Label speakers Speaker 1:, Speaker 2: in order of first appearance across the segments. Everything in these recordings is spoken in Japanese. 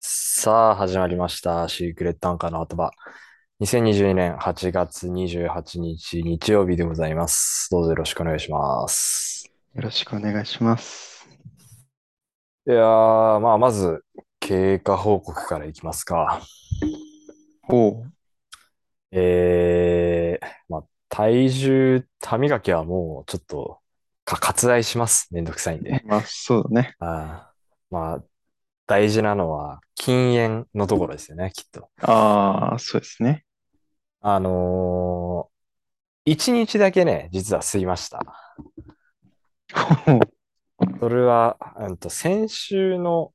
Speaker 1: さあ、始まりました。シークレットアンカーの言葉。2022年8月28日、日曜日でございます。どうぞよろしくお願いします。
Speaker 2: よろしくお願いします。
Speaker 1: いやー、まあ、まず、経過報告からいきますか。
Speaker 2: おう。
Speaker 1: えー、まあ、体重、歯磨きはもうちょっと、か、割愛します。めんどくさいんで。
Speaker 2: まあ、そうだね。
Speaker 1: あまあ、大事なのは禁煙のところですよね、きっと。
Speaker 2: ああ、そうですね。
Speaker 1: あのー、一日だけね、実は吸いました。それは、うんと、先週の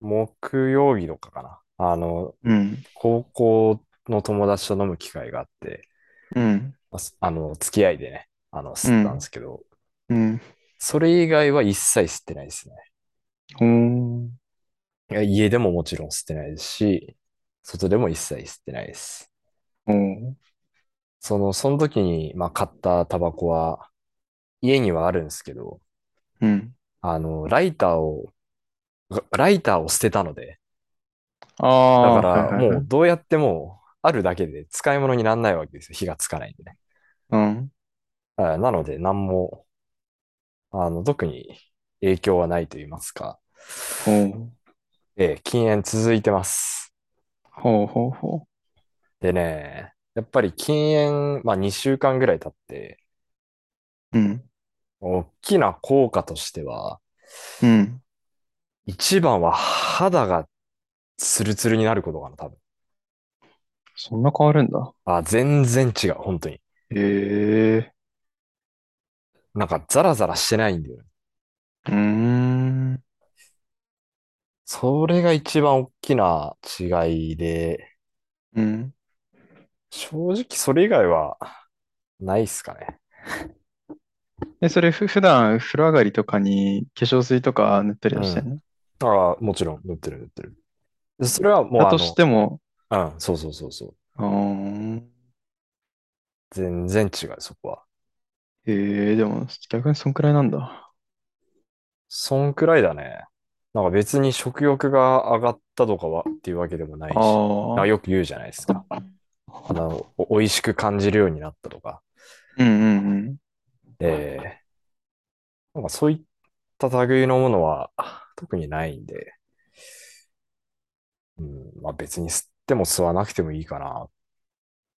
Speaker 1: 木曜日とかかな。あの、
Speaker 2: うん、
Speaker 1: 高校の友達と飲む機会があって、
Speaker 2: うん、
Speaker 1: あの、付き合いでね、あの、吸ったんですけど、
Speaker 2: うん、うん、
Speaker 1: それ以外は一切吸ってないですね。
Speaker 2: うん。
Speaker 1: 家でももちろん吸ってないですし、外でも一切吸ってないです。
Speaker 2: うん。
Speaker 1: その、その時に、まあ、買ったタバコは、家にはあるんですけど、
Speaker 2: うん。
Speaker 1: あの、ライターを、ライターを捨てたので、
Speaker 2: あ
Speaker 1: あ。だから、もう、どうやっても、あるだけで使い物にならないわけですよ。火がつかないんでね。
Speaker 2: うん。
Speaker 1: なので、何も、あの、特に影響はないと言いますか。
Speaker 2: ほう。
Speaker 1: ええ、禁煙続いてます。
Speaker 2: ほうほうほ
Speaker 1: う。でね、やっぱり禁煙、まあ2週間ぐらい経って、
Speaker 2: うん。
Speaker 1: 大きな効果としては、
Speaker 2: うん。
Speaker 1: 一番は肌がツルツルになることかな、多分。
Speaker 2: そんな変わるんだ。
Speaker 1: あ、全然違う、本当に。
Speaker 2: へえ。
Speaker 1: なんかザラザラしてないんだよね。
Speaker 2: うーん。
Speaker 1: それが一番大きな違いで、
Speaker 2: うん。
Speaker 1: 正直それ以外はないっすかね。
Speaker 2: え、それふ、普段風呂上がりとかに化粧水とか塗ったりはしてんの、
Speaker 1: うん、ああ、もちろん塗ってる塗ってる。それはもう
Speaker 2: だとしても。。
Speaker 1: うん、そうそうそうそう
Speaker 2: うん
Speaker 1: 全然違う、そこは。
Speaker 2: ええー、でも逆にそんくらいなんだ。
Speaker 1: そんくらいだね。なんか別に食欲が上がったとかはっていうわけでもないし、
Speaker 2: あ
Speaker 1: よく言うじゃないです か。あの美味しく感じるようになったとか。
Speaker 2: うんうんうん。
Speaker 1: えー、なんかそういった類のものは特にないんで、うん、まあ別に吸っても吸わなくてもいいかなっ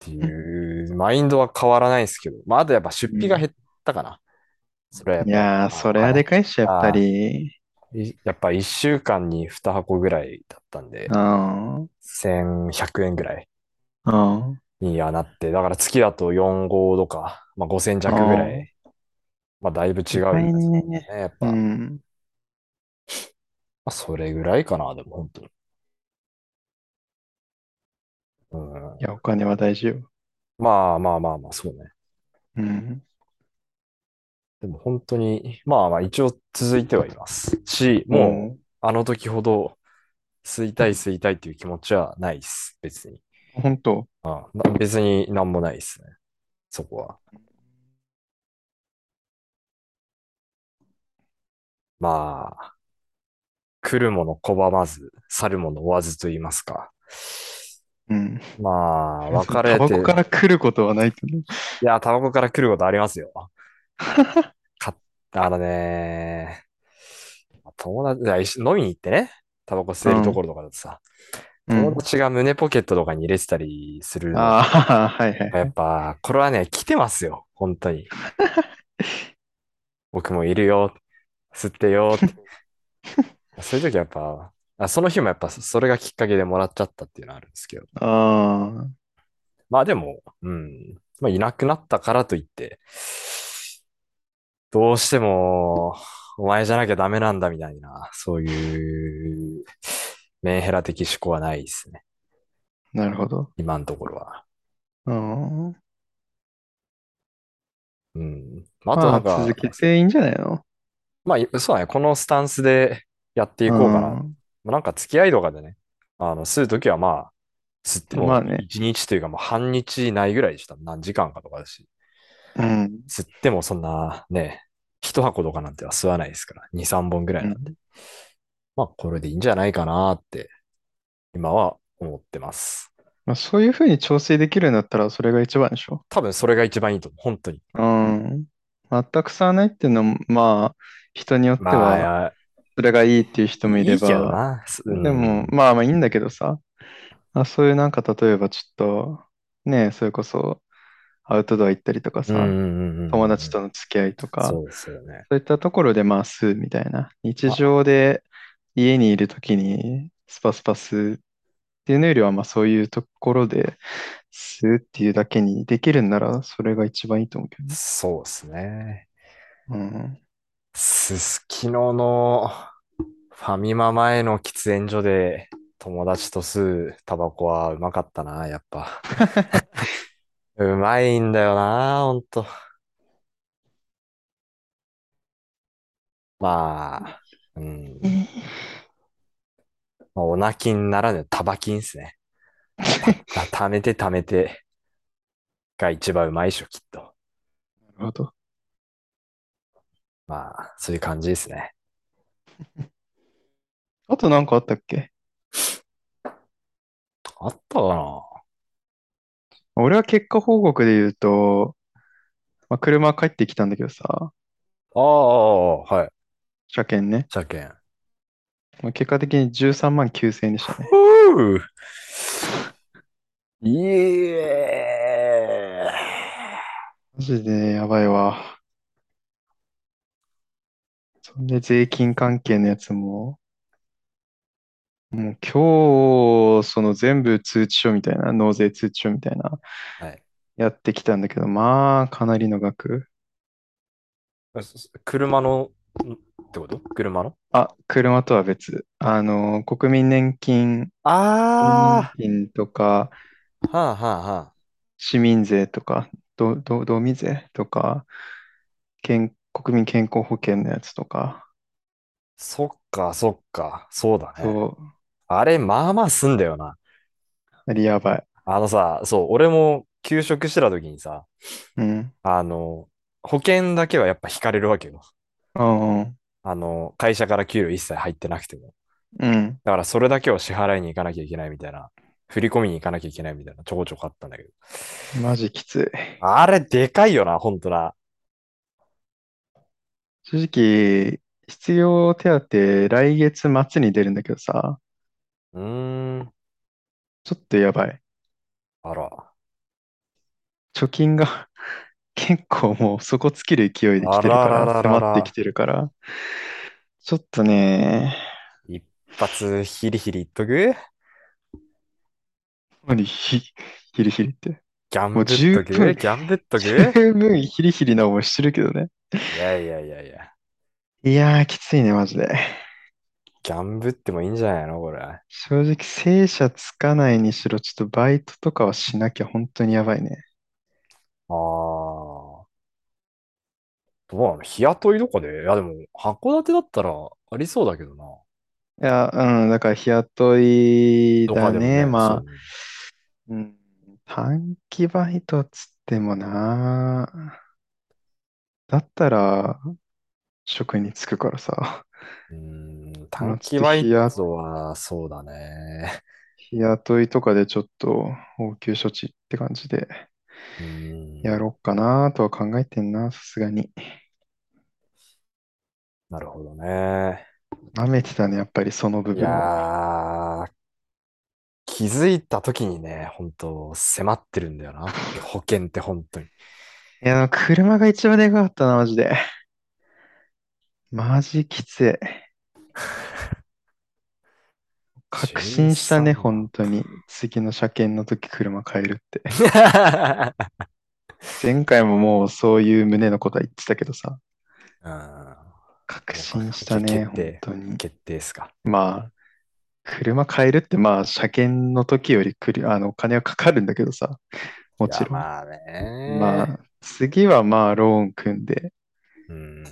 Speaker 1: ていう、うん、マインドは変わらないですけど、まああとやっぱ出費が減ったかな。うん
Speaker 2: それいやー、それはでかいっしょ、やっぱり。
Speaker 1: やっぱ1週間に2箱ぐらいだったんで、1100円ぐらいにはなって、だから月だと4号とか、まあ、5000弱ぐらい、まあ、だいぶ違うんですね、やっぱ。
Speaker 2: うん、
Speaker 1: まあ、それぐらいかな、でも本当に。うん、
Speaker 2: いや、お金は大事よ。
Speaker 1: まあまあまあまあ、そうね。
Speaker 2: うん。
Speaker 1: でも本当に、まあまあ一応続いてはいますし、もうあの時ほど吸いたい吸いたいっていう気持ちはないです、別に。
Speaker 2: 本当
Speaker 1: あ別になんもないですね、そこは。まあ、来るもの拒まず、去るもの追わずと言いますか。
Speaker 2: うん、
Speaker 1: まあ、別れて。
Speaker 2: タバコから来ることはないとね。
Speaker 1: いや、タバコから来ることありますよ。 買ったらね、友達、飲みに行ってね、タバコ吸えるところとかだとさ、
Speaker 2: うん、
Speaker 1: 友達が胸ポケットとかに入れてたりするの、
Speaker 2: はいはい、
Speaker 1: やっぱ、これはね、来てますよ、本当 に。僕もいるよ、吸って よって。そういう時やっぱ、あその日もやっぱそれがきっかけでもらっちゃったっていうのはあるんですけど。
Speaker 2: あ
Speaker 1: まあでも、うん。まあ、いなくなったからといって、どうしても、お前じゃなきゃダメなんだみたいな、そういう、メンヘラ的思考はないですね。
Speaker 2: なるほど。
Speaker 1: 今のところは。
Speaker 2: うん。
Speaker 1: うん。あとなんか。
Speaker 2: まあ、続けていいんじゃないの
Speaker 1: まあ、そうだね。このスタンスでやっていこうかな。うん、なんか付き合いとかでね、あの、吸うときはまあ、吸っても、1日というかもう半日ないぐらいでした。何時間かとかだし。
Speaker 2: うん、
Speaker 1: 吸ってもそんなね、一箱とかなんては吸わないですから、2、3本ぐらいなんで。うん、まあ、これでいいんじゃないかなって、今は思ってます。
Speaker 2: まあ、そういうふうに調整できるんだったら、それが一番でしょ
Speaker 1: 多分それが一番いいと思う、本当に。
Speaker 2: うん。全く差はないっていうのも、まあ、人によって
Speaker 1: ま
Speaker 2: は、
Speaker 1: あ、
Speaker 2: それがいいっていう人もいれ
Speaker 1: いいけど
Speaker 2: ば、
Speaker 1: な。う
Speaker 2: でも、
Speaker 1: ん。
Speaker 2: まあまあいいんだけどさ、あ、そういうなんか例えばちょっと、ね、それこそアウトドア行ったりとか
Speaker 1: うんうん
Speaker 2: さ、
Speaker 1: うんうん
Speaker 2: 友達
Speaker 1: う
Speaker 2: と
Speaker 1: ん。
Speaker 2: の付き合いとか、
Speaker 1: そうですよね。
Speaker 2: そういったところでまあ吸うみたいな、日
Speaker 1: まあ、
Speaker 2: 常で家にいるときにスパスパ吸うっていうのよりは、まあそういうところで吸うっていうだけにできるんなら、それが一番いいと思うけどね。
Speaker 1: そうですね。
Speaker 2: うん。
Speaker 1: すすきののファミマ前の喫煙所で友達と吸うタバコはうまかったな、やっぱ。うまいんだよな、ほんと。まあ、うん。まあ、オナキンならぬタバキンですね。た、た、溜めて溜めてが一番うまいっしょ、きっと。
Speaker 2: なるほど。
Speaker 1: まあ、そういう感じですね。
Speaker 2: あとなんかあったっけ
Speaker 1: あったかな
Speaker 2: 俺は結果報告で言うと、まあ、車帰ってきたんだけどさ、
Speaker 1: ああ、はい。
Speaker 2: 車検ね。
Speaker 1: 車検。
Speaker 2: まあ、結果的に13万9000円でしたね。
Speaker 1: ふう いえ
Speaker 2: マジでやばいわ。そんで税金関係のやつも、もう今日、その全部通知書みたいな、納税通知書みたいな、
Speaker 1: ー。はい。
Speaker 2: やってきたんだけど、まあ、かなりの額。
Speaker 1: あそそ車の、んってこと車の
Speaker 2: あ、車とは別。あの、国民年金、国民年
Speaker 1: あ
Speaker 2: 金とか、
Speaker 1: あ、はあはあはあ。
Speaker 2: 市民税とか、ど、ど、道民税とか、健、国民健康保険のやつとか、
Speaker 1: そっか、そっか、そうだね。
Speaker 2: そ
Speaker 1: あれ、まあまあすんだよな。
Speaker 2: う、あれやばい。
Speaker 1: あのさ、そう、俺も休職してた時にさ、
Speaker 2: うん。
Speaker 1: あの、保険だけはやっぱ引かれるわけよ。
Speaker 2: うん。
Speaker 1: あの、会社から給料一切入ってなくても。
Speaker 2: うん。
Speaker 1: だからそれだけを支払いに行かなきゃいけないみたいな、振り込みに行かなきゃいけないみたいな、ちょこちょこあったんだけど。
Speaker 2: マジきつい。
Speaker 1: あれ、でかいよな、ほんとな。
Speaker 2: 正直、失業手当、来月末に出るんだけどさ、
Speaker 1: うーん、
Speaker 2: ちょっとやばい。
Speaker 1: あら。
Speaker 2: 貯金が結構もう底尽きる勢いで来
Speaker 1: あ
Speaker 2: てる
Speaker 1: ら
Speaker 2: からら、
Speaker 1: ら
Speaker 2: 迫
Speaker 1: ら
Speaker 2: ってき
Speaker 1: ら。
Speaker 2: てるから、ちょっとね、
Speaker 1: 一発ヒリヒリいっとく
Speaker 2: 何ひ、ヒリヒリって。
Speaker 1: ギャ
Speaker 2: もう
Speaker 1: ンブっ
Speaker 2: 十
Speaker 1: とく
Speaker 2: 分、
Speaker 1: ギャンブっとく
Speaker 2: 十分ヒリヒリな思いしてるけどね。
Speaker 1: いやいやいやいや。
Speaker 2: いやー、きついね、マジで。
Speaker 1: ギャンブってもいいんじゃないのこれ。
Speaker 2: 正直、正社つかないにしろ、ちょっとバイトとかはしなきゃ本当にやばいね。
Speaker 1: ああ。どうなの日雇いとかで、いやでも、函館だったらありそうだけどな。
Speaker 2: いや、うん、だから日雇い
Speaker 1: とか
Speaker 2: だ
Speaker 1: でも
Speaker 2: ね。
Speaker 1: ね、そ
Speaker 2: まあ、
Speaker 1: うね。
Speaker 2: うん、短期バイトっつってもな。だったら、職に就くからさ。
Speaker 1: うーん、
Speaker 2: まあ、
Speaker 1: 短期
Speaker 2: ちょっと
Speaker 1: バ
Speaker 2: 日
Speaker 1: イ
Speaker 2: や、
Speaker 1: トは、そうだね。
Speaker 2: 日雇いとかでちょっと応急処置って感じで
Speaker 1: うーん、
Speaker 2: やろうかなとは考えてんな、さすがに。
Speaker 1: なるほどね。
Speaker 2: 舐めてたね、やっぱりその部
Speaker 1: い
Speaker 2: 分を。
Speaker 1: やー、気づいた時にね、本当迫ってるんだよな。保険って本 当に。
Speaker 2: いや、でも車が一番でかかったな、マジで。マジきつい。 確信したね、
Speaker 1: 13万。
Speaker 2: 本当に。次の車検の時車買えるって。 前回ももうそういう胸のことは言ってたけどさ。
Speaker 1: うん。
Speaker 2: 確
Speaker 1: もう
Speaker 2: 信し
Speaker 1: け
Speaker 2: たね、
Speaker 1: 決
Speaker 2: 本
Speaker 1: 定、
Speaker 2: 当に。
Speaker 1: 決定っすか。
Speaker 2: まあ、車買えるって、まあ、車検の時よりくり、あの、お金はかかるんだけどさ。
Speaker 1: い
Speaker 2: もち
Speaker 1: や、
Speaker 2: ろん。
Speaker 1: まあ
Speaker 2: ま
Speaker 1: ね。
Speaker 2: あ、次はまあ、ローン組んでっ
Speaker 1: うん。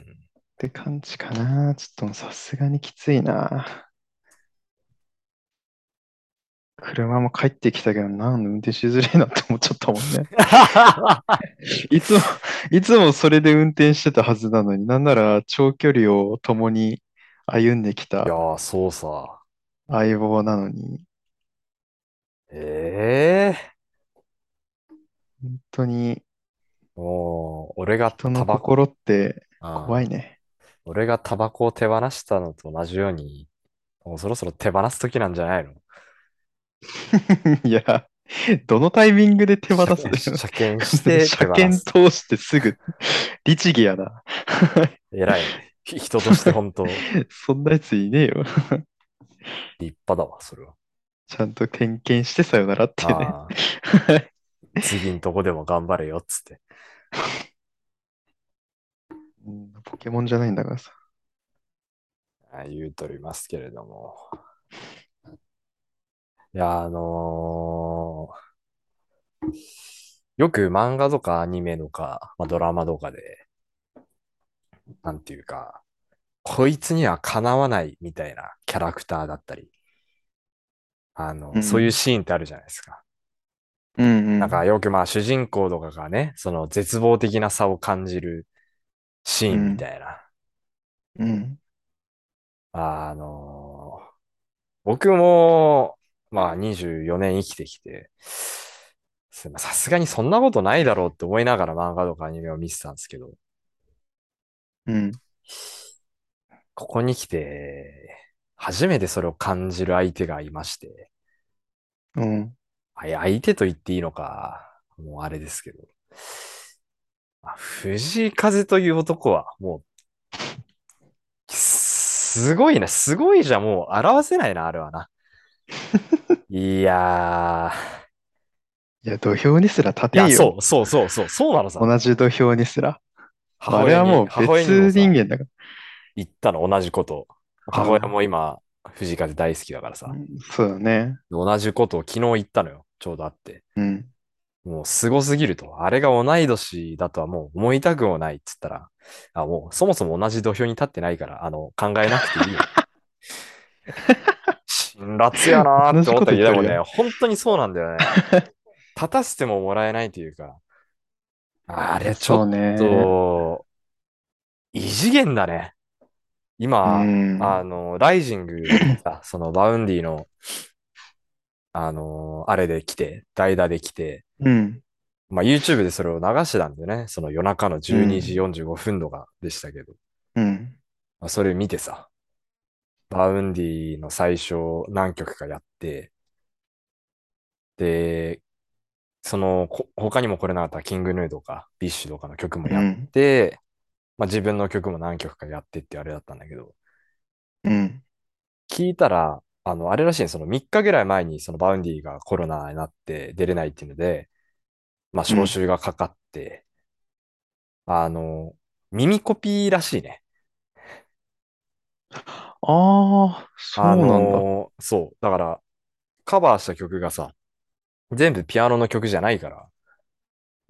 Speaker 2: て感じかな。ちょっともうさすがにきついな。車も帰ってきたけど、なんで運転しづらいなって思っちゃった もんね。いつも、いつもそれで運転してたはずなのに、なんなら長距離を共に歩んでき
Speaker 1: いや
Speaker 2: た
Speaker 1: ー、そうさ。
Speaker 2: 相棒なのに、
Speaker 1: ええ
Speaker 2: 本当に
Speaker 1: もう、俺が
Speaker 2: 人
Speaker 1: タ
Speaker 2: の
Speaker 1: バコ、
Speaker 2: 心って
Speaker 1: うん
Speaker 2: 怖いね。
Speaker 1: 俺がタバコを手放したのと同じように、もうそろそろ手放す時なんじゃないの
Speaker 2: いや、どのタイミングで手放す
Speaker 1: 車検車
Speaker 2: の
Speaker 1: 検して手
Speaker 2: 車
Speaker 1: 放
Speaker 2: 検
Speaker 1: す。
Speaker 2: 通してすぐ、律儀やな。
Speaker 1: 偉い。ひ人として本当、立
Speaker 2: そんなやついねえよ。
Speaker 1: 派だわ、そ れは。
Speaker 2: ちゃんと点検してさよならってね。
Speaker 1: ああ次のとこでも頑張れよ、っつって。
Speaker 2: うんポケモンじゃないんだからさ。
Speaker 1: あ言うとりますけれども。いや、あのーよく漫画とかアニメとか、まあ、ドラマとかで、なんていうか、こいつにはかなわないみたいなキャラクターだったり、あの、
Speaker 2: うん
Speaker 1: そういうシーンってあるじゃないですか。
Speaker 2: うんうん。
Speaker 1: なんかよくまあ主人公とかがね、その絶望的な差を感じるシーンみたいな。
Speaker 2: うん。
Speaker 1: あの僕も、まあ24年生きてきて、すさすがにそんなことないだろうって思いながら漫画とかアニメを見てたんですけど、
Speaker 2: うん。
Speaker 1: ここに来て、初めてそれを感じる相手がいまして、
Speaker 2: うん。
Speaker 1: あいや相手と言っていいのか、もうあれですけど、まあ藤井風という男はもう、すごいな、すごいじゃもう表せないな、あれは な。いや
Speaker 2: いや、土俵にすら立
Speaker 1: ー、い
Speaker 2: てん
Speaker 1: や、
Speaker 2: よ。
Speaker 1: そう、そう、そう、そう、そうなのさ。
Speaker 2: 同じ土俵にすら。
Speaker 1: 母
Speaker 2: あれ
Speaker 1: 親
Speaker 2: は
Speaker 1: に、
Speaker 2: もう
Speaker 1: 母親にも
Speaker 2: 別
Speaker 1: さ
Speaker 2: 人間だから。
Speaker 1: 言ったの、同じこと。母親も今、藤井風大好きだからさ、
Speaker 2: うんそうだね。
Speaker 1: 同じことを昨日言ったのよ、ちょうどあって。
Speaker 2: うん。
Speaker 1: もうすごすぎると。あれが同い年だとはもう思いたくもないっつったら、あ、もうそもそも同じ土俵に立ってないから、あの、考えなくていい よ。辛辣やなーって思ったけど、
Speaker 2: 同じこと言って
Speaker 1: で
Speaker 2: る
Speaker 1: も
Speaker 2: よ
Speaker 1: ね、本当にそうなんだよね。立たせてももらえないというか、あれち
Speaker 2: そ
Speaker 1: ょ
Speaker 2: う
Speaker 1: っ
Speaker 2: ね。
Speaker 1: と、異次元だね。今、
Speaker 2: うん。
Speaker 1: あの、ライジングさ、そのバウンディの、あの、あれで来て、代打で来て、
Speaker 2: うん。
Speaker 1: まあ、YouTube でそれを流してたんでね、その夜中の12時45分とかでしたけど、
Speaker 2: うん。
Speaker 1: まあ、それ見てさ、バウンディの最初何曲かやって、で、その、こ他にも来れなかったキングヌーとか、ビッシュとかの曲も
Speaker 2: う
Speaker 1: やっ
Speaker 2: ん。
Speaker 1: て、まあ、自分の曲も何曲かやってってあれだったんだけど、
Speaker 2: うん。
Speaker 1: 聞いたら、あの、あれらしいねその3日ぐらい前に、そのバウンディがコロナになって出れないっていうので、まあ、招集がかかって、あの、耳コピーらしいね。
Speaker 2: ああ、そうな
Speaker 1: あ
Speaker 2: んだ。
Speaker 1: の、そう。だから、カバーした曲がさ、全部ピアノの曲じゃないから、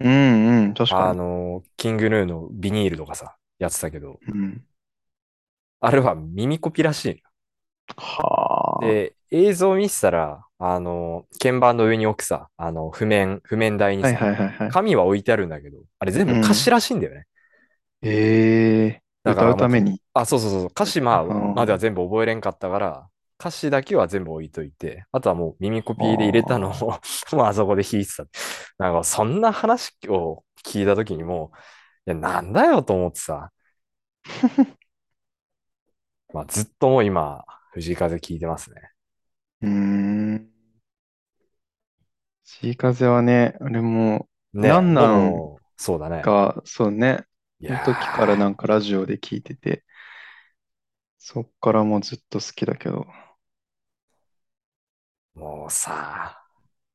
Speaker 2: うんうん、確
Speaker 1: あ
Speaker 2: かに。
Speaker 1: の、キングヌーのビニールとかさ、やってたけど、
Speaker 2: うん。
Speaker 1: あれは耳コピーらしい
Speaker 2: はあ。
Speaker 1: で、映像見せたら、あの、鍵盤の上に置くさ、あの、譜面、譜面台に
Speaker 2: はい
Speaker 1: さ、
Speaker 2: はいはいはい。
Speaker 1: 紙は置いてあるんだけど、あれ全部歌詞らしいんだよね。
Speaker 2: ええ
Speaker 1: だから
Speaker 2: 歌うために。
Speaker 1: あ、そうそうそうそう。歌詞まあ、
Speaker 2: うん
Speaker 1: までは全部覚えれんかったから、歌詞だけは全部置いといて、あとはもう耳コピーで入れたのを、 もうあそこで弾いてた。なんか、そんな話を聞いたときにもう、いや、なんだよと思って さ。まあ、ずっともう今、藤井風聞いてますね。
Speaker 2: うーん。ちいかぜはね、あれも、
Speaker 1: ね
Speaker 2: なんなん
Speaker 1: でもそうだね。
Speaker 2: が、そうね、
Speaker 1: い
Speaker 2: その
Speaker 1: やー
Speaker 2: 時からなんかラジオで聞いてて、そっからもうずっと好きだけど。
Speaker 1: もうさ、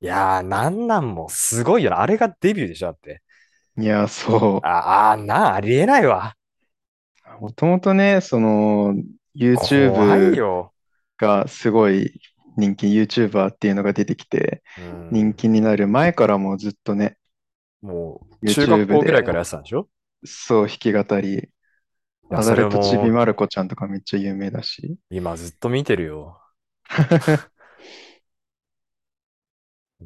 Speaker 1: いやー、なんなんもすごいよな。あれがデビューでしょ、だって。
Speaker 2: いや、そ
Speaker 1: ああー、な、ありえないわ。
Speaker 2: う。もともとね、その、
Speaker 1: 怖い
Speaker 2: YouTube
Speaker 1: よ。
Speaker 2: がすごい人気 YouTuber っていうのが出てきて、
Speaker 1: うん
Speaker 2: 人気になる前からもうずっとね、
Speaker 1: もう、中
Speaker 2: YouTube
Speaker 1: 学校ぐらいからやってたんでしょ
Speaker 2: そう弾き語り、
Speaker 1: い
Speaker 2: ア
Speaker 1: や
Speaker 2: ダ
Speaker 1: それ
Speaker 2: ルトちび
Speaker 1: も、
Speaker 2: まる子ちゃんとかめっちゃ有名だし。
Speaker 1: 今ずっと見てる よ。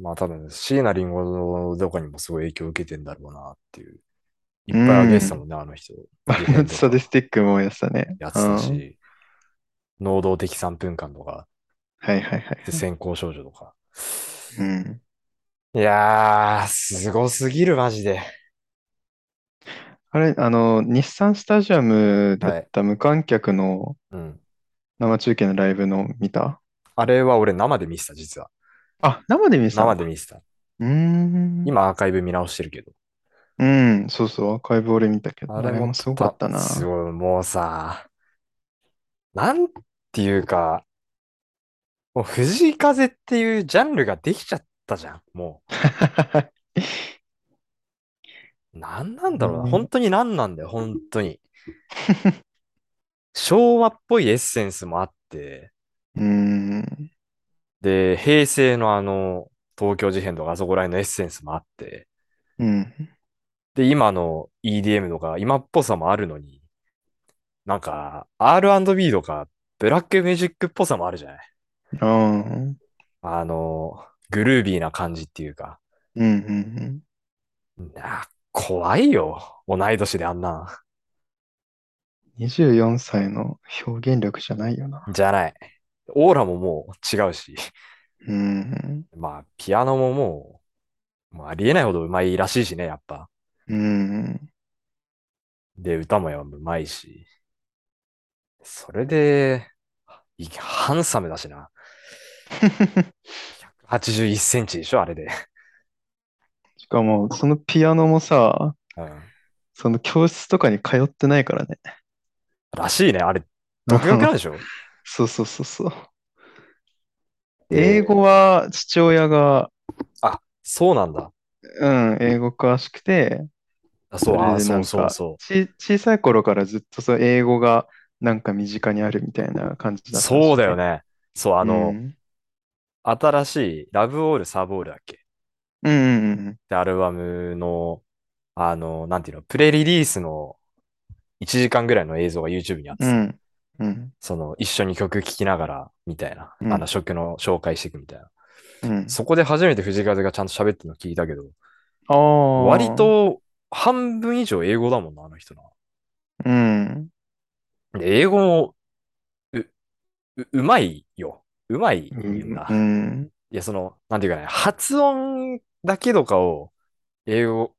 Speaker 1: まあ多分、椎名林檎とかにもすごい影響を受けてんだろうなっていう。 いっぱいあげてたもんね、あの人。ディフェンドとか
Speaker 2: サディスティックもやってたね。
Speaker 1: やってた
Speaker 2: うん
Speaker 1: し。能動的3分間とか、
Speaker 2: はいはいはい。
Speaker 1: で先行少女とか。
Speaker 2: うん。
Speaker 1: いやー、すごすぎる、マジで。
Speaker 2: あれ、あの、日産スタジアムだった無観客の
Speaker 1: うん。
Speaker 2: 生中継のライブの見た
Speaker 1: あれは俺生で見せた、実は。
Speaker 2: あ、生で見せた
Speaker 1: 生
Speaker 2: の
Speaker 1: で見せた。
Speaker 2: うーん。
Speaker 1: 今アーカイブ見直してるけど。
Speaker 2: うん、そうそう、アーカイブ俺見たけど、あれもすごかったな。
Speaker 1: すごい、もうさ、なんていうか、もう藤井風っていうジャンルができちゃったじゃん、もう。なんなんだろうな、
Speaker 2: うん
Speaker 1: 本当になんなんだよ、本当に。 昭和っぽいエッセンスもあって、
Speaker 2: うーん。
Speaker 1: で、平成のあの、東京事変とかあそこら辺のエッセンスもあって、
Speaker 2: うん。
Speaker 1: で、今の EDM とか今っぽさもあるのに、なんか R&B とかブラックミュージックっぽさもあるじゃない
Speaker 2: ああ。うん
Speaker 1: あの、グルービーな感じっていうか。
Speaker 2: うんうん。
Speaker 1: あ怖いよ。同い年であんな。
Speaker 2: 24歳の表現力じゃないよな。
Speaker 1: じゃない。オーラももう違うし。
Speaker 2: うん。
Speaker 1: まあ、ピアノももう、まあ、ありえないほど上手いらしいしね、やっぱ。
Speaker 2: うん。
Speaker 1: で、歌もやっぱ上手いし。それで、いハンサムだしな。81センチでしょ、あれで。
Speaker 2: しかも、そのピアノもさ、
Speaker 1: うん。
Speaker 2: その教室とかに通ってないからね。
Speaker 1: らしいね、あれ。独学なんでしょ
Speaker 2: そうそうそうそう。英語は父親が、
Speaker 1: そうなんだ。
Speaker 2: うん、英語詳しくて、
Speaker 1: あそう、あ
Speaker 2: それで
Speaker 1: そ
Speaker 2: な
Speaker 1: うんそう
Speaker 2: か
Speaker 1: そう。
Speaker 2: ち、小さい頃からずっとそう英語がなんか身近にあるみたいな感じだった
Speaker 1: そうだよ
Speaker 2: ね。
Speaker 1: ね。そう、あの、
Speaker 2: うん、
Speaker 1: 新しいラブオールサブオールだっけっ
Speaker 2: うんうん
Speaker 1: てアルバムの、あの、なんていうの、プレリリースの1時間ぐらいの映像が YouTube にあって
Speaker 2: う
Speaker 1: さ、
Speaker 2: ん。うん。うん。
Speaker 1: その一緒に曲聴きながらみたいな、
Speaker 2: うん
Speaker 1: あの、初期の紹介していくみたいな。
Speaker 2: うん。
Speaker 1: そこで初めて藤井風がちゃんと喋ってるの聞いたけど、
Speaker 2: ああ。
Speaker 1: 割。と半分以上英語だもんな、あの人な。
Speaker 2: うん。
Speaker 1: で英語も、う、う、うまいよ。うまい
Speaker 2: うん
Speaker 1: んだ。
Speaker 2: うん。
Speaker 1: いや、その、なんていうかね、発音だけとかを英語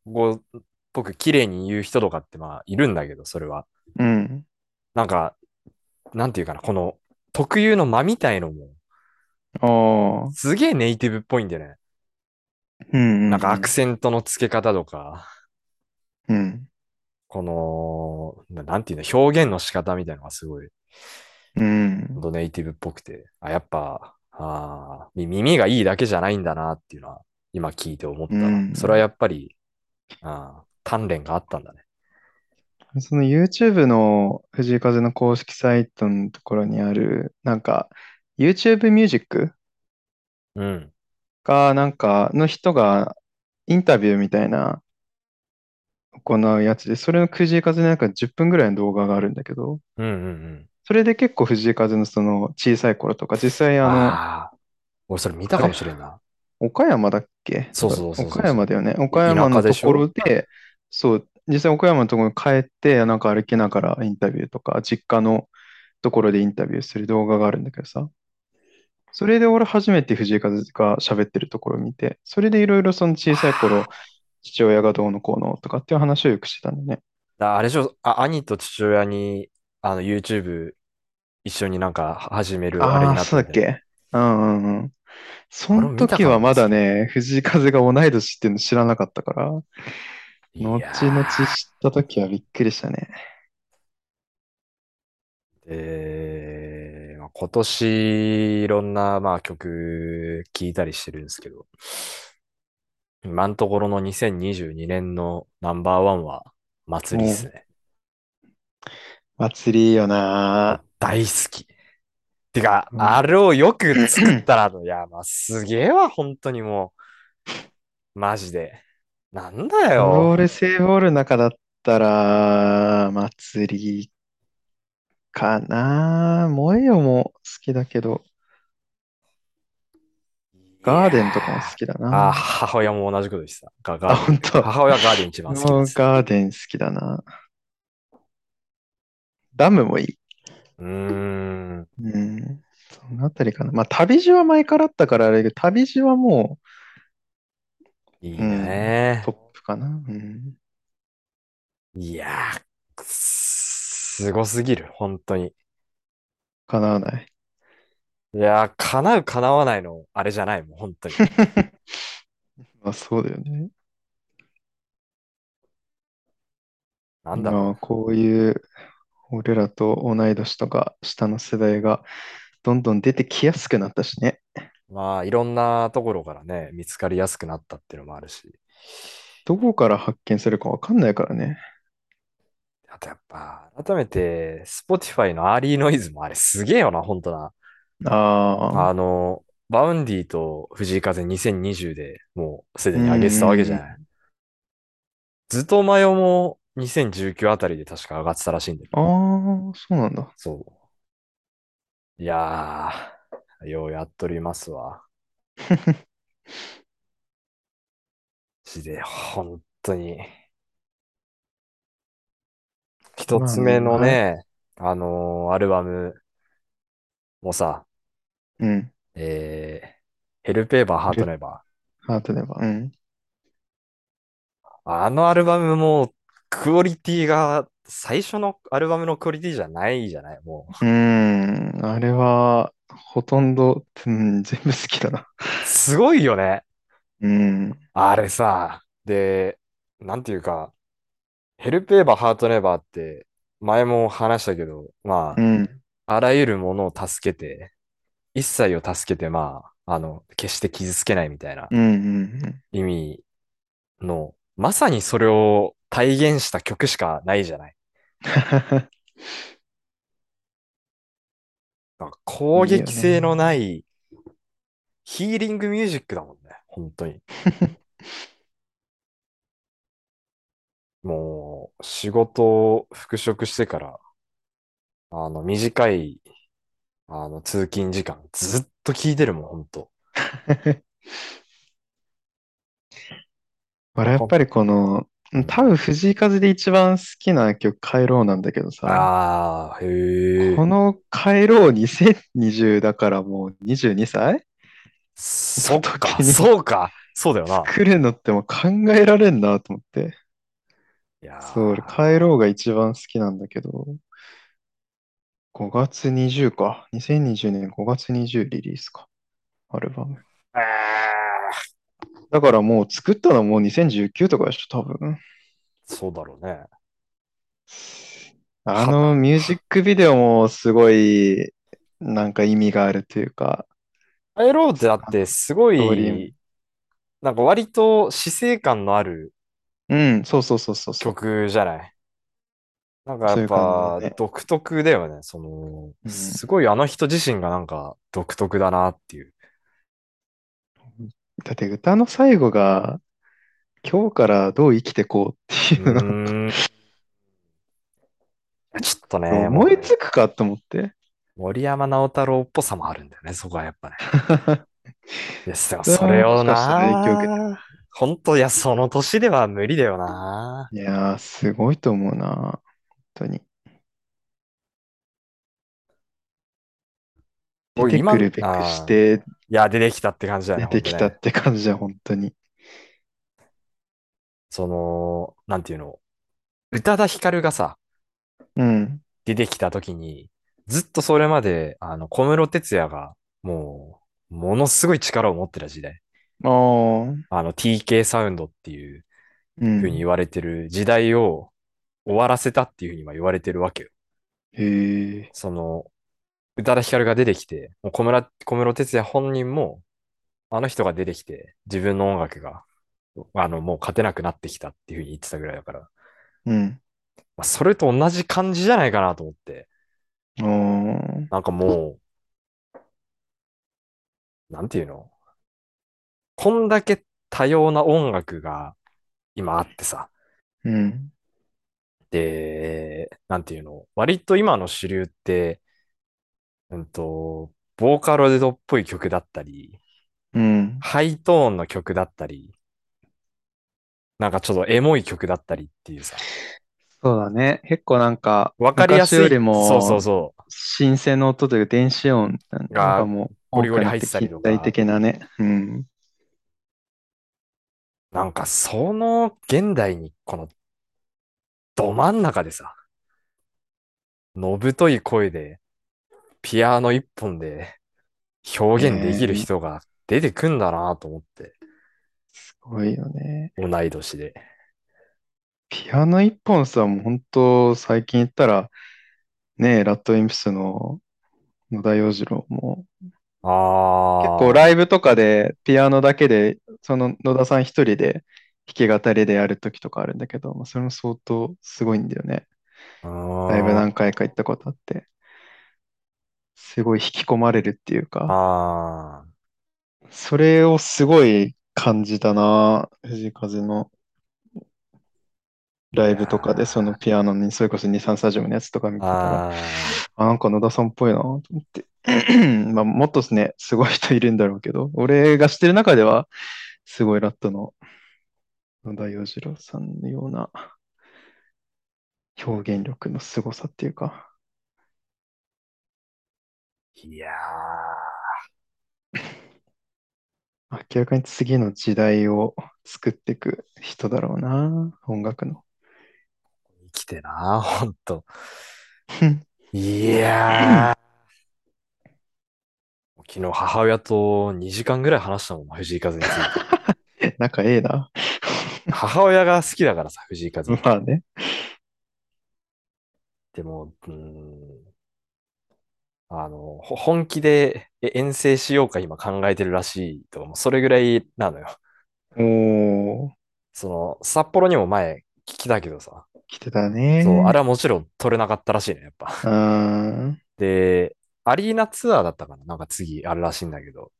Speaker 1: っぽく綺麗に言う人とかってまあいるんだけど、それは。
Speaker 2: うん。
Speaker 1: なんか、なんていうかな、この特有の間みたいのも、
Speaker 2: ああ。
Speaker 1: すげえネイティブっぽいんでね。
Speaker 2: うん。
Speaker 1: なんかアクセントの付け方とか、
Speaker 2: うん。
Speaker 1: この、ななんていうの、表現の仕方みたいのがすごい、
Speaker 2: うん
Speaker 1: ほん。とネイティブっぽくて、あ、やっぱ、あーみ耳がいいだけじゃないんだなっていうのは、今聞いて思ったな
Speaker 2: うん
Speaker 1: それはやっぱり、あー鍛錬があったんだね。
Speaker 2: その YouTube の藤井風の公式サイトのところにある、なんか YouTube ミュージック
Speaker 1: うん。
Speaker 2: が、なんかの人がインタビューみたいな行うやつで、それの藤井風のなんか10分ぐらいの動画があるんだけど、
Speaker 1: うんうん
Speaker 2: それで結構藤井風のその小さい頃とか、実際
Speaker 1: うん。
Speaker 2: あの、
Speaker 1: ああ。俺それ見たかもしれんな。
Speaker 2: 岡山だっけ
Speaker 1: そうそうそうそうそう
Speaker 2: 岡山だよね。岡山の
Speaker 1: 田舎で
Speaker 2: と
Speaker 1: しょ
Speaker 2: ころで、そう、実際岡山のところに帰って、なんか歩きながらインタビューとか、実家のところでインタビューする動画があるんだけどさ。それで俺初めて藤井風が喋ってるところを見て、それでいろいろその小さい 頃、父親がどうのこうのとかっていう話をよくしてたんだよね。
Speaker 1: ああれでしょ、あ、兄と父親に、あの、YouTube 一緒になんか始めるあれに
Speaker 2: ああ、
Speaker 1: なっ
Speaker 2: そう
Speaker 1: た
Speaker 2: だっ
Speaker 1: んだよね
Speaker 2: けうんうんうん。その
Speaker 1: 俺
Speaker 2: 時は
Speaker 1: も見
Speaker 2: ま
Speaker 1: たか
Speaker 2: だ
Speaker 1: も
Speaker 2: ね、藤井風が同い年っていうの知らなかったから、後
Speaker 1: いや
Speaker 2: 々知った時はびっくりしたね。
Speaker 1: ーでまあ今年いろんな、まあ、曲聴いたりしてるんですけど、今のところの2022年のナンバーワンは祭りっすね。
Speaker 2: 祭りいいよな
Speaker 1: 大好き。てか、
Speaker 2: うん
Speaker 1: あれをよく作ったなと。いや、まあ、すげえわ、本当にもう。マジで。なんだ
Speaker 2: ぁ。ボー
Speaker 1: よ。
Speaker 2: ル、セーブボールの中だったら、祭りかなぁ。萌えよも好きだけど、ガーデンとかも好きだ
Speaker 1: ああ、
Speaker 2: なぁ。
Speaker 1: 母親も同じことでした。ガ
Speaker 2: あ、
Speaker 1: ガーデ
Speaker 2: ほ
Speaker 1: ン
Speaker 2: んと。
Speaker 1: 母親ガーデン一番好き
Speaker 2: も
Speaker 1: で
Speaker 2: う
Speaker 1: す。
Speaker 2: ガーデン好きだなぁ。ダムもいい。
Speaker 1: うーん。
Speaker 2: うん。そのあたりかな。まあ、旅路は前からあったからあれだけど、旅路はも
Speaker 1: いいね
Speaker 2: う。トップかな。うん。
Speaker 1: いやー、くっすごすぎる、本当に。
Speaker 2: 叶わない。
Speaker 1: いやー、叶う、叶わないの、あれじゃない、もう本当に。
Speaker 2: まあ、そうだよね。
Speaker 1: なんだろう。
Speaker 2: まあこういう、俺らと同い年とか下の世代がどんどん出てきやすくなったしね。
Speaker 1: まあ、いろんなところからね、見つかりやすくなったっていうのもあるし。
Speaker 2: どこから発見するかわかんないからね。
Speaker 1: あとやっぱ、改めて、Spotify のアーリーノイズもあれすげえよな、本当な。
Speaker 2: ああ、
Speaker 1: あの、バウンディと藤井風2020でもうすでに上げてたわけじゃない。ずっとマヨも2019あたりで確か上がってたらしいんだけ
Speaker 2: ああ、
Speaker 1: ど。
Speaker 2: そうなんだ。
Speaker 1: そう。いやー、ようやっとりますわ。しで、本当に。一つ目のね、あのーアルバムもさ、
Speaker 2: うん。
Speaker 1: えー、ヘルペーバー、ハートネバ
Speaker 2: ハートネバー。うん。
Speaker 1: ー。あのアルバムも、クオリティが、最初のアルバムのクオリティじゃないじゃないもう、
Speaker 2: うーん。あれは、ほとんど、うん、全部好きだな。
Speaker 1: すごいよね。
Speaker 2: うん。
Speaker 1: あれさ、で、なんていうか、ヘルペーバー、ハートネバーって、前も話したけど、ま
Speaker 2: う
Speaker 1: あ、
Speaker 2: ん。
Speaker 1: あらゆるものを助けて、一切を助けて、まあ、あの、決して傷つけないみたいな
Speaker 2: うん。うん。
Speaker 1: 意味の、まさにそれを体現した曲しかないじゃない。だから攻撃性のない、ヒーリングミュージックだもんね、本当 に。もう、仕事を復職してから、あの、短い、あの、通勤時間、ずっと聞いてるもん、本当。
Speaker 2: 俺やっぱりこの、多分藤井風で一番好きな曲、帰ろうなんだけどさ、
Speaker 1: ああ、へえ。
Speaker 2: この帰ろう2020だからもう22歳
Speaker 1: そ っ
Speaker 2: 時
Speaker 1: か、
Speaker 2: に
Speaker 1: そうか、そうだよな。
Speaker 2: 作るのってもう考えられんなと思って。
Speaker 1: いやー
Speaker 2: そう、俺帰ろうが一番好きなんだけど、5月20か。2020年5月20リリースか。アルバム。
Speaker 1: あー
Speaker 2: だからもう作ったのはもう2019とかでしょ、多分。
Speaker 1: そうだろうね。
Speaker 2: あのミュージックビデオもすごいなんか意味があるというか、
Speaker 1: 帰ろうってだって、すご
Speaker 2: ストーリ
Speaker 1: い、なんか割と死生観のある
Speaker 2: うん、そうそうそうそうそう。
Speaker 1: 曲じゃない。なんか
Speaker 2: そう
Speaker 1: や
Speaker 2: い
Speaker 1: っ
Speaker 2: う感じ
Speaker 1: ぱ
Speaker 2: だね
Speaker 1: 独特だよね。その、
Speaker 2: うん
Speaker 1: すごいあの人自身がなんか独特だなって いう。
Speaker 2: だって歌の最後が、今日からどう生きてこうっていううのが
Speaker 1: ーん。ちょっとね、もう
Speaker 2: 思いつくかと 思って。
Speaker 1: 森山直太朗っぽさもあるんだよね、そこはやっぱね。いや、でも
Speaker 2: それは
Speaker 1: それを
Speaker 2: もしかしたら影響受けて
Speaker 1: な、本当いや、その年では無理だよな。
Speaker 2: いやー、すごいと思うな、本当に。出
Speaker 1: 僕
Speaker 2: て
Speaker 1: 今
Speaker 2: くるべくして
Speaker 1: いや、出てきたって感じだよ
Speaker 2: 出
Speaker 1: ね。
Speaker 2: てき
Speaker 1: ほ
Speaker 2: た
Speaker 1: んとね
Speaker 2: って感じだよ、本当に。
Speaker 1: その、なんていうの、宇多田ヒカルがさ、
Speaker 2: うん。
Speaker 1: 出てきた時に、ずっとそれまで、あの、小室哲哉が、もう、ものすごい力を持ってた時代。
Speaker 2: ああ、うん。
Speaker 1: あの、TK サウンドっていうふうに言われてる時代を終わらせたっていうふうに今言われてるわけよ。
Speaker 2: へえ。
Speaker 1: その、宇多田ヒカルが出てきて、もう小村小室哲哉本人も、あの人が出てきて、自分の音楽が、あの、もう勝てなくなってきたっていうふうに言ってたぐらいだから、
Speaker 2: うん。
Speaker 1: まあ、それと同じ感じじゃないかなと思って。
Speaker 2: あー
Speaker 1: なんかもう、なんていうのこんだけ多様な音楽が今あってさ、
Speaker 2: うん。
Speaker 1: で、なんていうの割と今の主流って、うんと、ボーカロイドっぽい曲だったり、
Speaker 2: うん。
Speaker 1: ハイトーンの曲だったり、なんかちょっとエモい曲だったりっていうさ、
Speaker 2: そうだね。結構なんか、
Speaker 1: わかりやす
Speaker 2: 昔よ
Speaker 1: い。
Speaker 2: りも、
Speaker 1: そうそうそう。
Speaker 2: 新鮮な音というか電子音なん
Speaker 1: が
Speaker 2: なんかもう、
Speaker 1: ゴリゴリ入ってたりとか
Speaker 2: 近代的なね。うん。
Speaker 1: なんかその現代にこのど真ん中でさ、のぶとい声でピアノ一本で表現できる
Speaker 2: ねえ
Speaker 1: 人が出てくんだなと思って、
Speaker 2: すごいよね。
Speaker 1: 同い年で。
Speaker 2: ピアノ一本さ、もう本当最近言ったら、ねえ、ラッドインプスの野田洋次郎も、
Speaker 1: あ
Speaker 2: 結
Speaker 1: あ。
Speaker 2: 構ライブとかでピアノだけで、その野田さん一人で弾き語りでやるときとかあるんだけど、まあ、それも相当すごいんだよね。ライブ何回か行ったことあって、すごい引き込まれるっていうか、
Speaker 1: あー
Speaker 2: それをすごい感じたな、藤井風のライブとかで、そのピアノに、それこそ2、3スタジオのやつとか見てたら、
Speaker 1: あー。
Speaker 2: あ、なんか野田さんっぽいなと思って。 まあ、もっとね、すごい人いるんだろうけど、俺が知ってる中では、すごいラットの野田洋次郎さんのような表現力の凄さっていうか、
Speaker 1: いや
Speaker 2: 明らかに次の時代を作っていく人だろうな、音楽の。
Speaker 1: ー、生きてな、ほんと。いや ー。昨日母親と2時間ぐらい話したもん、藤井風について。
Speaker 2: 仲ええな。
Speaker 1: 母親が好きだからさ、藤井風。
Speaker 2: まあね。
Speaker 1: でも、うーん。あの、ほ本気でえ遠征しようか今考えてるらしいと、もうそれぐらいなのよ。
Speaker 2: おー、
Speaker 1: その、札幌にも前聞きたけどさ、
Speaker 2: 来てたね。
Speaker 1: そう、あれはもちろん取れなかったらしいね、やっぱ。
Speaker 2: うーん。
Speaker 1: で、アリーナツアーだったかななんか次あるらしいんだけど、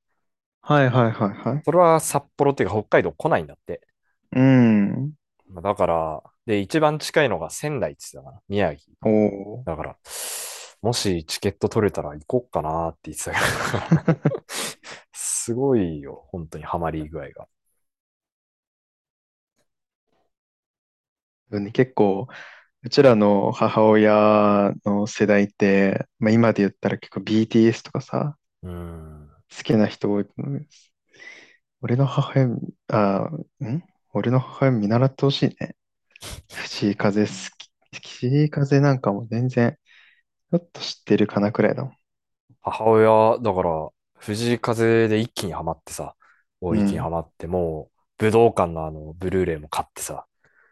Speaker 2: はいはいはいはい。
Speaker 1: それは札幌っていうか北海道来ないんだって。
Speaker 2: うん。
Speaker 1: まあだから、で、一番近いのが仙台って言ってたかな宮城。
Speaker 2: おー。
Speaker 1: だから、もしチケット取れたら行こっかなって言ってたけど、すごいよ、本当にハマり具合が。
Speaker 2: ね結構、うちらの母親の世代って、まあ、今で言ったら結構 BTS とかさ、
Speaker 1: うん。
Speaker 2: 好きな人多いと思います。俺の母親、あ、ん俺の母親見習ってほしい ね。藤井風好き。藤井風なんかも全然、ちょっと知ってるかなくらいだもん。
Speaker 1: 母親、だから、藤井風で一気にハマってさ、もう一気に
Speaker 2: うん
Speaker 1: ハマって、もう、武道館のあの、ブルーレイも買ってさ、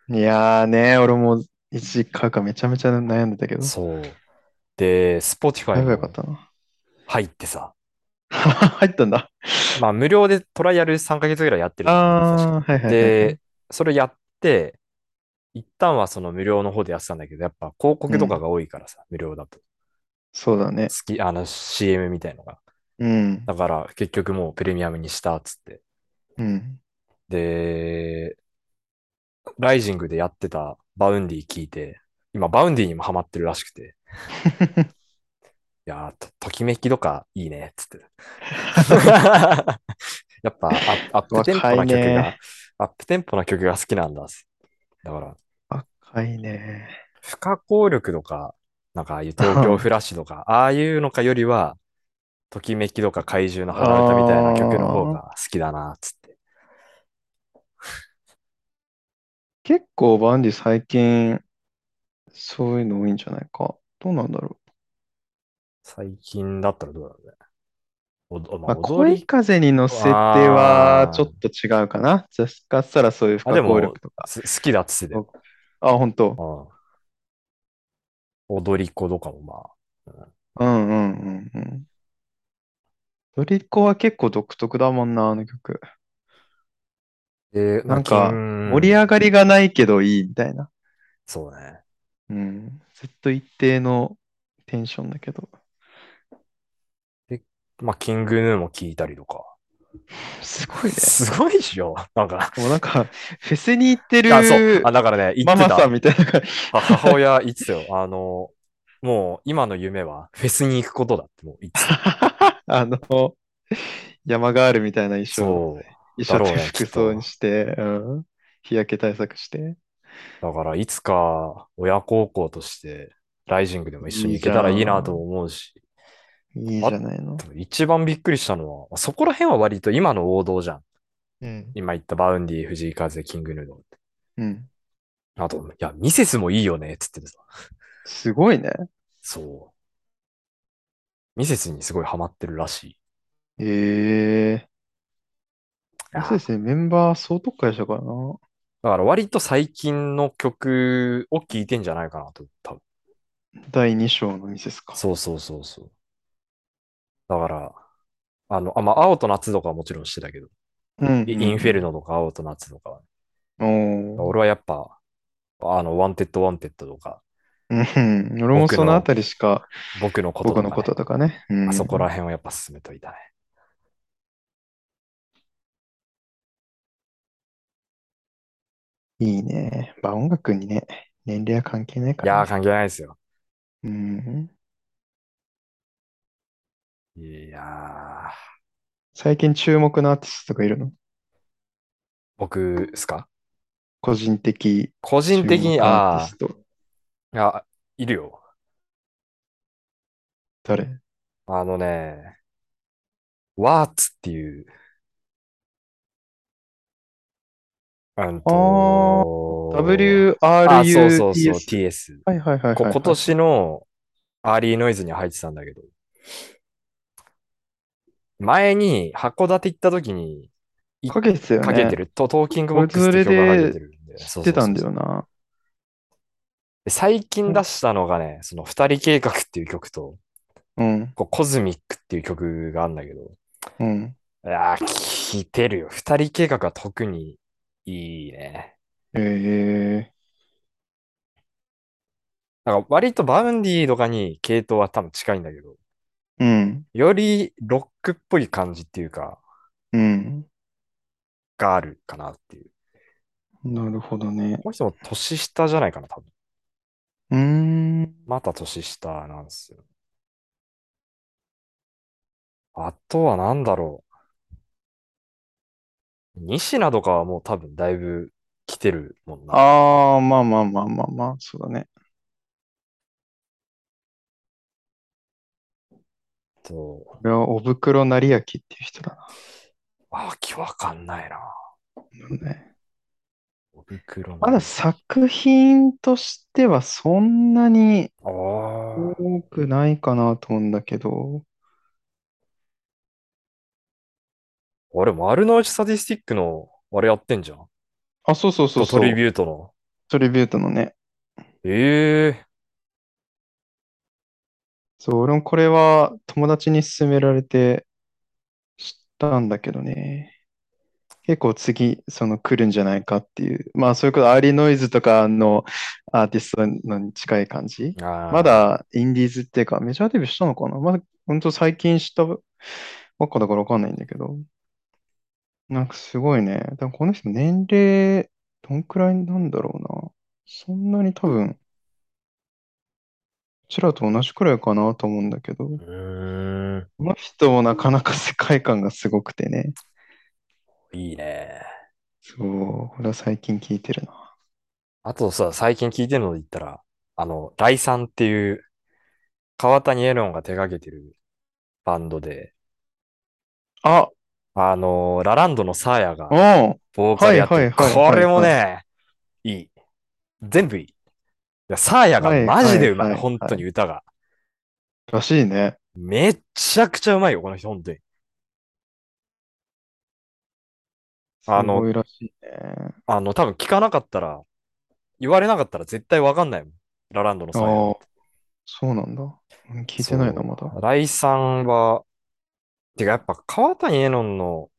Speaker 2: いやーね、俺も一時買うかめちゃめちゃ悩んでたけど、
Speaker 1: そう。で、Spotify
Speaker 2: 買えばよ
Speaker 1: も
Speaker 2: かったな。
Speaker 1: 入ってさ、
Speaker 2: 入ったんだ。
Speaker 1: まあ無料でトライアル3ヶ月ぐらいやってるんだよね
Speaker 2: あー、はいはいはいはい。
Speaker 1: で、それやって、一旦はその無料の方でやってたんだけど、やっぱ広告とかが多いからさ、無料だと。
Speaker 2: そうだね
Speaker 1: 好。き、あの CM みたいのが。
Speaker 2: うん。
Speaker 1: だから結局もうプレミアムにしたっつって。
Speaker 2: うん。
Speaker 1: で、ライジングでやってたバウンディ聞いて、今バウンディにもハマってるらしくて、いやーと、ときめきとかいいねっつっ て。やっぱア、アップテンポな曲が
Speaker 2: 若いね、
Speaker 1: アップテンポな曲が好きなんだ。だから、
Speaker 2: 赤いね。
Speaker 1: 不可抗力とか、なんかああいう東 京フラッシュとか、ああいうのかよりは、ときめきとか怪獣の鼻歌みたいな曲の方が好きだな、つって。
Speaker 2: 結構バンディ最近、そういうの多いんじゃないか。どうなんだろ
Speaker 1: 最近だったらどうだろうね。おお
Speaker 2: う。
Speaker 1: ま
Speaker 2: ま
Speaker 1: あ、
Speaker 2: あ、
Speaker 1: 踊
Speaker 2: 恋
Speaker 1: り、
Speaker 2: 風に乗せては、ちょっと違うかな。ジャスカしたらそういう不
Speaker 1: あで
Speaker 2: 可
Speaker 1: も
Speaker 2: 抗力とか。
Speaker 1: す好きだっつってたよ
Speaker 2: あ、本当。
Speaker 1: うん踊り子とかもまあ、
Speaker 2: うんうんうんうん。ドリコは結構独特だもんな、あの曲。
Speaker 1: で、
Speaker 2: なんか盛
Speaker 1: 盛
Speaker 2: り上がりがないけどいいみたいな。
Speaker 1: そうね。
Speaker 2: うん。ずっと一定のテンションだけど。
Speaker 1: まあ、キングヌーも聞いたりとか。
Speaker 2: すごい ね。
Speaker 1: すごいっしょ。なんか、
Speaker 2: もうなんか、フェスに行ってる
Speaker 1: あ、そう。あ、だからね、言
Speaker 2: マ
Speaker 1: って
Speaker 2: マ
Speaker 1: た。
Speaker 2: さんみたいな感じ。
Speaker 1: あ母親言ってたよ。あの、もう今の夢はフェスに行くことだってもう言ってた。
Speaker 2: あの、山ガールみたいな衣 装、
Speaker 1: そう。
Speaker 2: 衣装
Speaker 1: だろう
Speaker 2: と
Speaker 1: ね
Speaker 2: 服装にして、うん、日焼け対策して。
Speaker 1: だからいつか親孝行としてライジングでも一緒に行けたらいいなとも思うし、
Speaker 2: いいじゃないの。
Speaker 1: 一番びっくりしたのは、まあそこら辺は割と今の王道じゃん。
Speaker 2: うん。
Speaker 1: 今言ったバウンディ、藤井風、キングヌードルって。
Speaker 2: うん。
Speaker 1: あと、いや、ミセスもいいよね、っつっててさ。
Speaker 2: すごいね。
Speaker 1: そう。ミセスにすごいハマってるらしい。
Speaker 2: ええ
Speaker 1: あ
Speaker 2: そうですね。メンバー総特会したからな。
Speaker 1: だから割と最近の曲を聴いてんじゃないかなと、多分。
Speaker 2: 第2章のミセスか。
Speaker 1: そうそうそうそう。だから、あの、あ、まあ、青と夏とかはもちろんしてたけど、
Speaker 2: うんうん。
Speaker 1: イインフェルノとか青と夏とかは、
Speaker 2: おー
Speaker 1: 俺はやっぱ、あの、ワンテッドワンテッドとか、
Speaker 2: うん。俺もそのあたりしか、
Speaker 1: 僕のこととか、
Speaker 2: 僕の
Speaker 1: ね、
Speaker 2: こととかね。うん。
Speaker 1: あそこら辺をやっぱ進めといたね。
Speaker 2: いいね。まあ音楽にね、年齢は関係ないか
Speaker 1: いや
Speaker 2: ら
Speaker 1: ー、
Speaker 2: ね。
Speaker 1: 関係ないですよ。
Speaker 2: うん。
Speaker 1: いやー、
Speaker 2: 最近注目のアーティストとかいるの
Speaker 1: 僕っすか
Speaker 2: 個人的
Speaker 1: 個
Speaker 2: 注
Speaker 1: 人的
Speaker 2: 目
Speaker 1: に、
Speaker 2: のアーティ
Speaker 1: あ
Speaker 2: スト。
Speaker 1: ー、あ、いるよ。
Speaker 2: 誰
Speaker 1: あのね、ワーツっていう、うん
Speaker 2: あ
Speaker 1: と、あ、そうそうそう、
Speaker 2: ?WRUTS。
Speaker 1: TS。
Speaker 2: はいはいはい
Speaker 1: こ
Speaker 2: はい。
Speaker 1: 今年のアーリーノイズに入ってたんだけど、前に函館行った時に
Speaker 2: かけてたよ
Speaker 1: かけて
Speaker 2: ね。
Speaker 1: る、とトーキングボックスって曲がかけてるんで、
Speaker 2: 知ってたんだ
Speaker 1: そうそうそう
Speaker 2: よな。
Speaker 1: で最近出したのがね、その二人計画っていう曲と、
Speaker 2: うん。
Speaker 1: こうコズミックっていう曲があるんだけど、
Speaker 2: うん。
Speaker 1: いやー、聞いてるよ。二人計画は特にいいね。
Speaker 2: ええ
Speaker 1: なんか割とバウンディとかに系統は多分近いんだけど、
Speaker 2: うん。
Speaker 1: よりロックっぽい感じっていうか、
Speaker 2: うん。
Speaker 1: があるかなっていう。
Speaker 2: なるほどね。
Speaker 1: この人も年下じゃないかな、多分。
Speaker 2: うーん。
Speaker 1: また年下なんですよ。あとは何だろう。西名とかはもう多分だいぶ来てるもんな。
Speaker 2: ああ、まあまあまあまあまあ、そうだね。
Speaker 1: と、
Speaker 2: これはお袋成明っていう人だ
Speaker 1: あ、気わかんないな。
Speaker 2: な。ね、
Speaker 1: お袋の
Speaker 2: まだ作品としてはそんなに
Speaker 1: あー
Speaker 2: 多くないかなと思うんだけど、
Speaker 1: 俺、丸の内サディスティックの、あれやってんじゃん。
Speaker 2: あ、そうそうそうそう。
Speaker 1: トリビュートの。
Speaker 2: トリビュートのね。
Speaker 1: ええ
Speaker 2: そう、俺もこれは友達に勧められて知ったんだけどね。結構次、その来るんじゃないかっていう。まあ、そういうこと、アーリーノイズとかのアーティストのに近い感じ。
Speaker 1: あー
Speaker 2: ま。だインディーズっていうか、メジャーデビューしたのかなまだ、ほんと最近知ったばっかだからわかんないんだけど。なんかすごいね。でもこの人年齢、どんくらいなんだろうな。そんなに多分、うちらと同じくらいかなと思うんだけど、
Speaker 1: うーん。
Speaker 2: この人もなかなか世界観がすごくてね。
Speaker 1: いいね。
Speaker 2: そう、これは最近聞いてるな。
Speaker 1: あとさ、最近聞いてるので言ったら、あの、ライサンっていう、川谷絵音が手掛けてるバンドで、
Speaker 2: あ、
Speaker 1: あの、ラランドのサーヤが
Speaker 2: おう
Speaker 1: ボーカルやってる。
Speaker 2: はいはいはいはい
Speaker 1: これもね、いい。全部いい。いや、サーヤが
Speaker 2: はい
Speaker 1: マジでうま。
Speaker 2: はいいはい
Speaker 1: 本当に歌が。
Speaker 2: らしいね。
Speaker 1: めっちゃくちゃうまいよ、この人、本当に。あの
Speaker 2: すごいらしいね。
Speaker 1: あの、多分聞かなかったら、言われなかったら絶対わかんないもん。ラランドのサーヤ
Speaker 2: ああ、そうなんだ。うん聞いてないな、まだ。
Speaker 1: ライさんは、てかやっぱ川谷絵音の、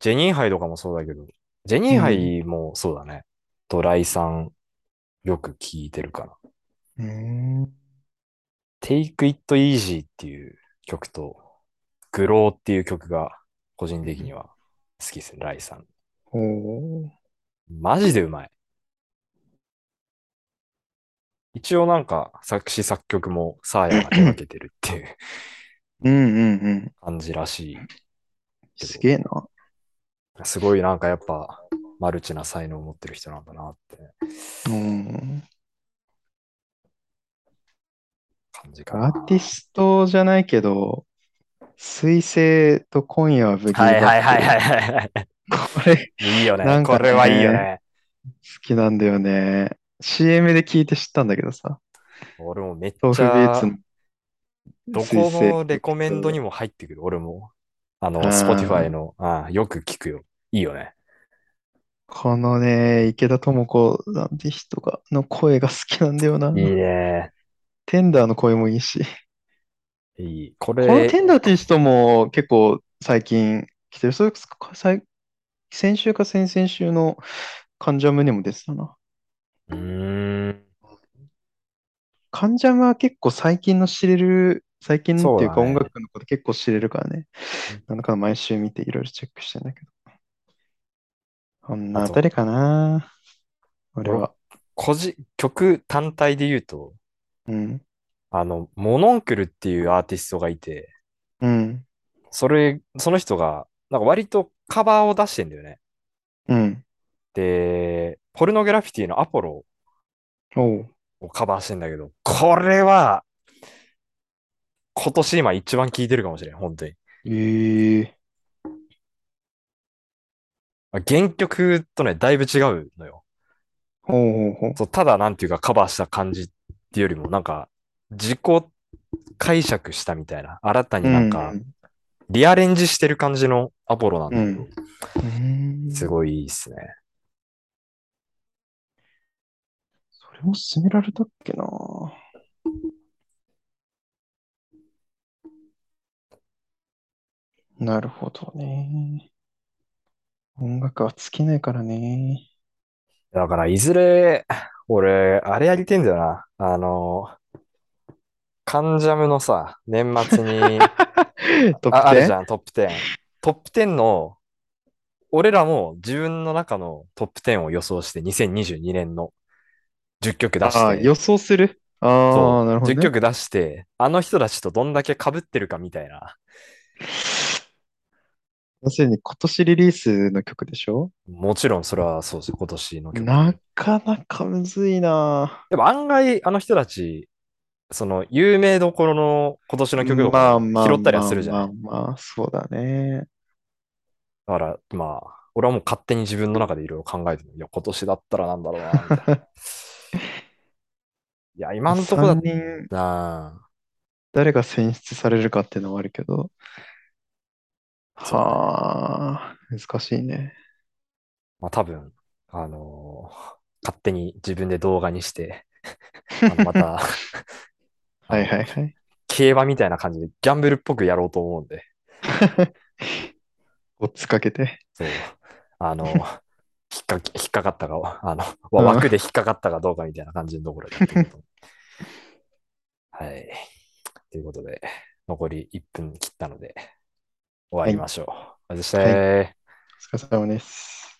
Speaker 1: ジェニーハイとかもそうだけど、ジェニーハイもそうだね。とライさん、よく聞いてるかな。
Speaker 2: うーん。
Speaker 1: Take It Easy っていう曲と、グローっていう曲が、個人的には好きですね、ライさん。
Speaker 2: おー
Speaker 1: マジでうまい。一応なんか、作詞作曲もサーヤが手掛けてるっていう
Speaker 2: うんうんうん。
Speaker 1: 感じらしい。
Speaker 2: すげえな。
Speaker 1: すごいなんかやっぱマルチな才能を持ってる人なんだなって。
Speaker 2: うん。
Speaker 1: 感じかな。
Speaker 2: アーティストじゃないけど、水星と今夜はブギーバッ
Speaker 1: は
Speaker 2: グ
Speaker 1: いはいはいはいはい。
Speaker 2: これ
Speaker 1: いいよね。
Speaker 2: なんかね
Speaker 1: これはいいよね。
Speaker 2: 好きなんだよね。CM で聞いて知ったんだけどさ。
Speaker 1: 俺もめっち
Speaker 2: 豆腐ビー
Speaker 1: ゃ
Speaker 2: ツ、の。
Speaker 1: ど
Speaker 2: 水
Speaker 1: こ
Speaker 2: 星
Speaker 1: のレコメンドにも入ってくる、俺も。あの、
Speaker 2: あー
Speaker 1: Spotify の、あーよく聞くよ。いいよね。
Speaker 2: このね、池田智子なんて人が、の声が好きなんだよな。
Speaker 1: いいね。
Speaker 2: テンダーの声もいいし。
Speaker 1: いい。こ
Speaker 2: この
Speaker 1: れ、
Speaker 2: テンダーっていう人も結構最近来てる。それか最先週か先々週の関ジャムにも出てたな。
Speaker 1: うーん。
Speaker 2: 関ジャムは結構最近の知れる、最近のっていうか
Speaker 1: そうだね
Speaker 2: 音楽のこと結構知れるからね。なんだか毎週見ていろいろチェックしてんだけど。こんなあたりかな。俺は。
Speaker 1: 個人、曲単体で言うと、
Speaker 2: うん。
Speaker 1: あの、モノンクルっていうアーティストがいて、
Speaker 2: うん。
Speaker 1: それ、その人が、なんか割とカバーを出してんだよね。
Speaker 2: うん。
Speaker 1: で、ポルノグラフィティのアポロ
Speaker 2: おう。
Speaker 1: をカバーしてんだけど、これは、今年今一番聴いてるかもしれん、本当に。
Speaker 2: ええ
Speaker 1: あ原曲とね、だいぶ違うのよ。
Speaker 2: ほうほうほう。
Speaker 1: そう、ただなんていうかカバーした感じっていうよりも、なんか、自己解釈したみたいな、新たになんか、リアレンジしてる感じのアポロなんだ
Speaker 2: う
Speaker 1: け
Speaker 2: ん、
Speaker 1: ど、
Speaker 2: うん。うん
Speaker 1: すごいいいっすね。
Speaker 2: それも勧められたっけななるほどね。音楽は尽きないからね。
Speaker 1: だから、いずれ、俺、あれやりてんだよな。あの、カンジャムのさ、年末に、
Speaker 2: ト
Speaker 1: ああるじ
Speaker 2: 10
Speaker 1: ゃん、トップ10。トップ10の、俺らも自分の中のトップ10を予想して、2022年の10曲出して、
Speaker 2: ああ、予想する。
Speaker 1: そ
Speaker 2: ああ、
Speaker 1: う
Speaker 2: なるほど、
Speaker 1: 10
Speaker 2: ね。
Speaker 1: 曲出して、あの人たちとどんだけ被ってるかみたいな。
Speaker 2: 要するに今年リリースの曲でしょ
Speaker 1: もちろんそれはそうです、今年の曲。
Speaker 2: なかなかむずいな
Speaker 1: でも案外、あの人たち、その有名どころの今年の曲と
Speaker 2: ま
Speaker 1: か
Speaker 2: あまあ
Speaker 1: 拾ったりはするじゃない。
Speaker 2: まあまあまあ、そうだね。
Speaker 1: だから、まあ、俺はもう勝手に自分の中でいろいろ考えてる。いや、今年だったらなんだろうな、みたいな。いや、今のとこだ
Speaker 2: 3人
Speaker 1: なあ
Speaker 2: 誰が選出されるかっていうのはあるけど。
Speaker 1: そうね
Speaker 2: はあ、難しいね。
Speaker 1: まあ多分、あのー勝手に自分で動画にして、あのまた、
Speaker 2: はいはいはい。
Speaker 1: 競馬みたいな感じでギャンブルっぽくやろうと思うんで、
Speaker 2: おっつかけて。
Speaker 1: そう、あ のー引っかけ、引っかかったかを、あの、
Speaker 2: うん
Speaker 1: 枠で引っかかったかどうかみたいな感じのところでやっていこうと 思う。はい。ということで、残り1分切ったので、終わりましょう。お疲れ様でした
Speaker 2: お疲れ様です。